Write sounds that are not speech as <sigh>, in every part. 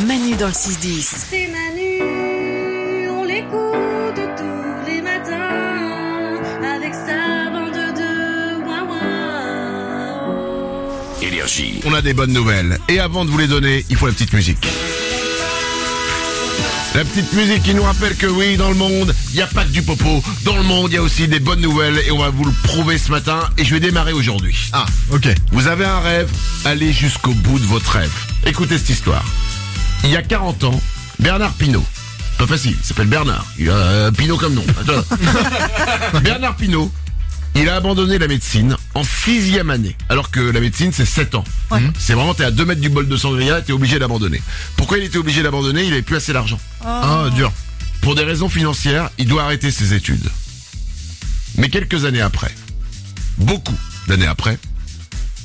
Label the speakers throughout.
Speaker 1: Manu dans le 6-10.
Speaker 2: C'est Manu, on l'écoute tous les matins avec sa bande de ouin
Speaker 3: Énergie.
Speaker 4: On a des bonnes nouvelles. Et avant de vous les donner, il faut la petite musique. La petite musique qui nous rappelle que oui, dans le monde, il n'y a pas que du popo. Dans le monde, il y a aussi des bonnes nouvelles et on va vous le prouver ce matin. Et je vais démarrer aujourd'hui. Ah,
Speaker 5: Ok.
Speaker 4: vous avez un rêve, allez jusqu'au bout de votre rêve. Écoutez cette histoire. Il y a 40 ans, Bernard Pinault, pas facile, il s'appelle Bernard, il a euh, Pinault comme nom. Attends. Bernard Pinault, il a abandonné la médecine en sixième année, alors que la médecine c'est 7 ans. Mmh. C'est vraiment, t'es à 2 mètres du bol de sangria et t'es obligé d'abandonner. Pourquoi il était obligé d'abandonner Il avait plus assez d'argent.
Speaker 5: Ah, dur.
Speaker 4: Pour des raisons financières, il doit arrêter ses études. Mais quelques années après, beaucoup d'années après,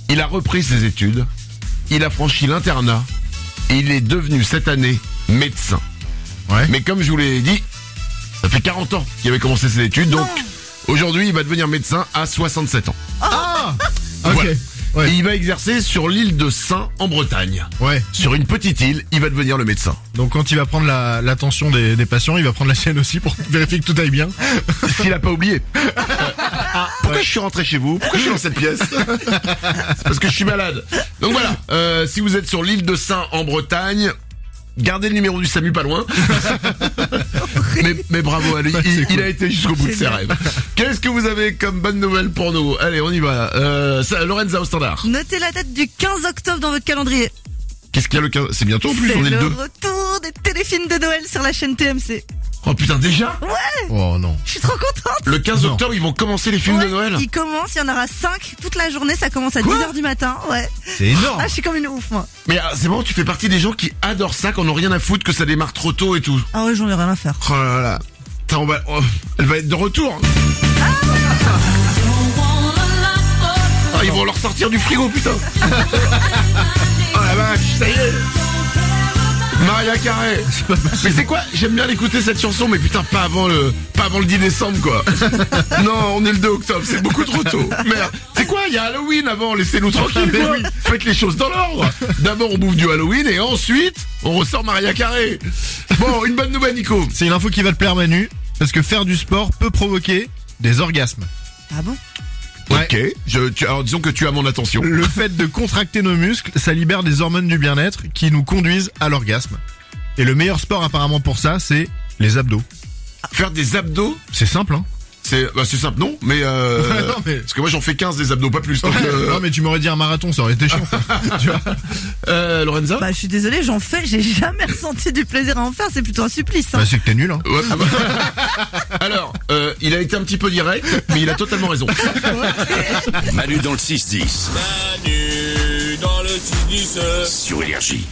Speaker 4: il a repris ses études, il a franchi l'internat, et il est devenu cette année médecin.
Speaker 5: Ouais.
Speaker 4: Mais comme je vous l'ai dit, ça fait 40 ans qu'il avait commencé ses études, donc aujourd'hui il va devenir médecin à 67 ans.
Speaker 5: Ah Ok.
Speaker 4: Voilà. Et
Speaker 5: Ouais.
Speaker 4: il va exercer sur l'île de Saint en Bretagne.
Speaker 5: Ouais.
Speaker 4: Sur une petite île, il va devenir le médecin.
Speaker 5: Donc quand il va prendre la- l'attention des, des patients, il va prendre la sienne aussi pour <laughs> vérifier que tout aille bien.
Speaker 4: <laughs> S'il a pas oublié. <laughs> Pourquoi je suis rentré chez vous Pourquoi je suis dans cette pièce C'est Parce que je suis malade. Donc voilà, euh, si vous êtes sur l'île de Saint en Bretagne, gardez le numéro du SAMU pas loin. mais, mais bravo à lui, il, il a été jusqu'au bout de ses rêves. Qu'est-ce que vous avez comme bonne nouvelle pour nous Allez, on y va. Euh, ça, Lorenza au standard.
Speaker 1: Notez la date du 15 octobre dans votre calendrier.
Speaker 4: Qu'est-ce qu'il y a le 15 C'est bientôt en Oh, plus,
Speaker 1: C'est
Speaker 4: on est le
Speaker 1: le
Speaker 4: 2.
Speaker 1: retour des téléfilms de Noël sur la chaîne TMC.
Speaker 4: Oh putain, déjà
Speaker 5: Oh non.
Speaker 1: Je suis trop contente.
Speaker 4: Le 15
Speaker 5: Non.
Speaker 4: octobre, ils vont commencer les films de
Speaker 1: Ouais,
Speaker 4: Noël
Speaker 1: Il commence, il y en aura 5 toute la journée, ça commence à
Speaker 4: Quoi Oh.
Speaker 1: 10h du matin, ouais.
Speaker 5: C'est énorme.
Speaker 1: Ah, je suis comme une ouf, moi.
Speaker 4: Mais ah, c'est bon, tu fais partie des gens qui adorent ça, qu'on n'ont rien à foutre, que ça démarre trop tôt et tout.
Speaker 1: Ah ouais, j'en ai rien à faire.
Speaker 4: Oh là là. Putain, on va- oh, elle va être de retour. Ah, ils vont leur sortir du frigo,
Speaker 5: <laughs>
Speaker 4: putain. oh la vache, ça y est. Maria Carré. Mais c'est quoi J'aime bien l'écouter cette chanson, mais putain, pas avant le, pas avant le 10 décembre,
Speaker 5: <laughs>
Speaker 4: quoi. non, on est le 2 octobre, c'est beaucoup trop tôt. Merde. C'est quoi Il y a Halloween avant, laissez-nous tranquille.
Speaker 5: Mais
Speaker 4: quoi.
Speaker 5: oui.
Speaker 4: Faites les choses dans l'ordre. D'abord, on bouffe du Halloween et ensuite, on ressort Maria Carré. Bon, une bonne nouvelle, Nico.
Speaker 5: C'est une info qui va te plaire Manu, parce que faire du sport peut provoquer des orgasmes.
Speaker 1: Ah bon
Speaker 5: Ouais.
Speaker 4: Ok, je, tu, alors disons que tu as mon attention.
Speaker 5: Le fait de contracter nos muscles, ça libère des hormones du bien-être qui nous conduisent à l'orgasme. Et le meilleur sport apparemment pour ça, c'est les abdos.
Speaker 4: Faire des abdos,
Speaker 5: C'est simple, hein
Speaker 4: c'est bah, c'est simple, non Mais
Speaker 5: <laughs>
Speaker 4: euh,
Speaker 5: Non, mais-
Speaker 4: parce que moi j'en fais 15 des abdos, pas plus. donc, euh,
Speaker 5: <laughs> Non mais tu m'aurais dit un marathon, ça aurait été
Speaker 4: <laughs>
Speaker 5: chiant. tu vois
Speaker 4: euh, Lorenza
Speaker 1: Bah, je suis désolée, j'en fais, j'ai <laughs> jamais ressenti du plaisir à en faire, c'est plutôt un supplice. hein.
Speaker 5: Bah, c'est que t'es nul, hein
Speaker 4: Ouais, ah bah. <laughs> Alors, euh, il a été un petit peu direct, mais il a totalement raison. <laughs>
Speaker 3: Manu dans le 6-10.
Speaker 6: Manu dans le 6
Speaker 3: Sur Énergie.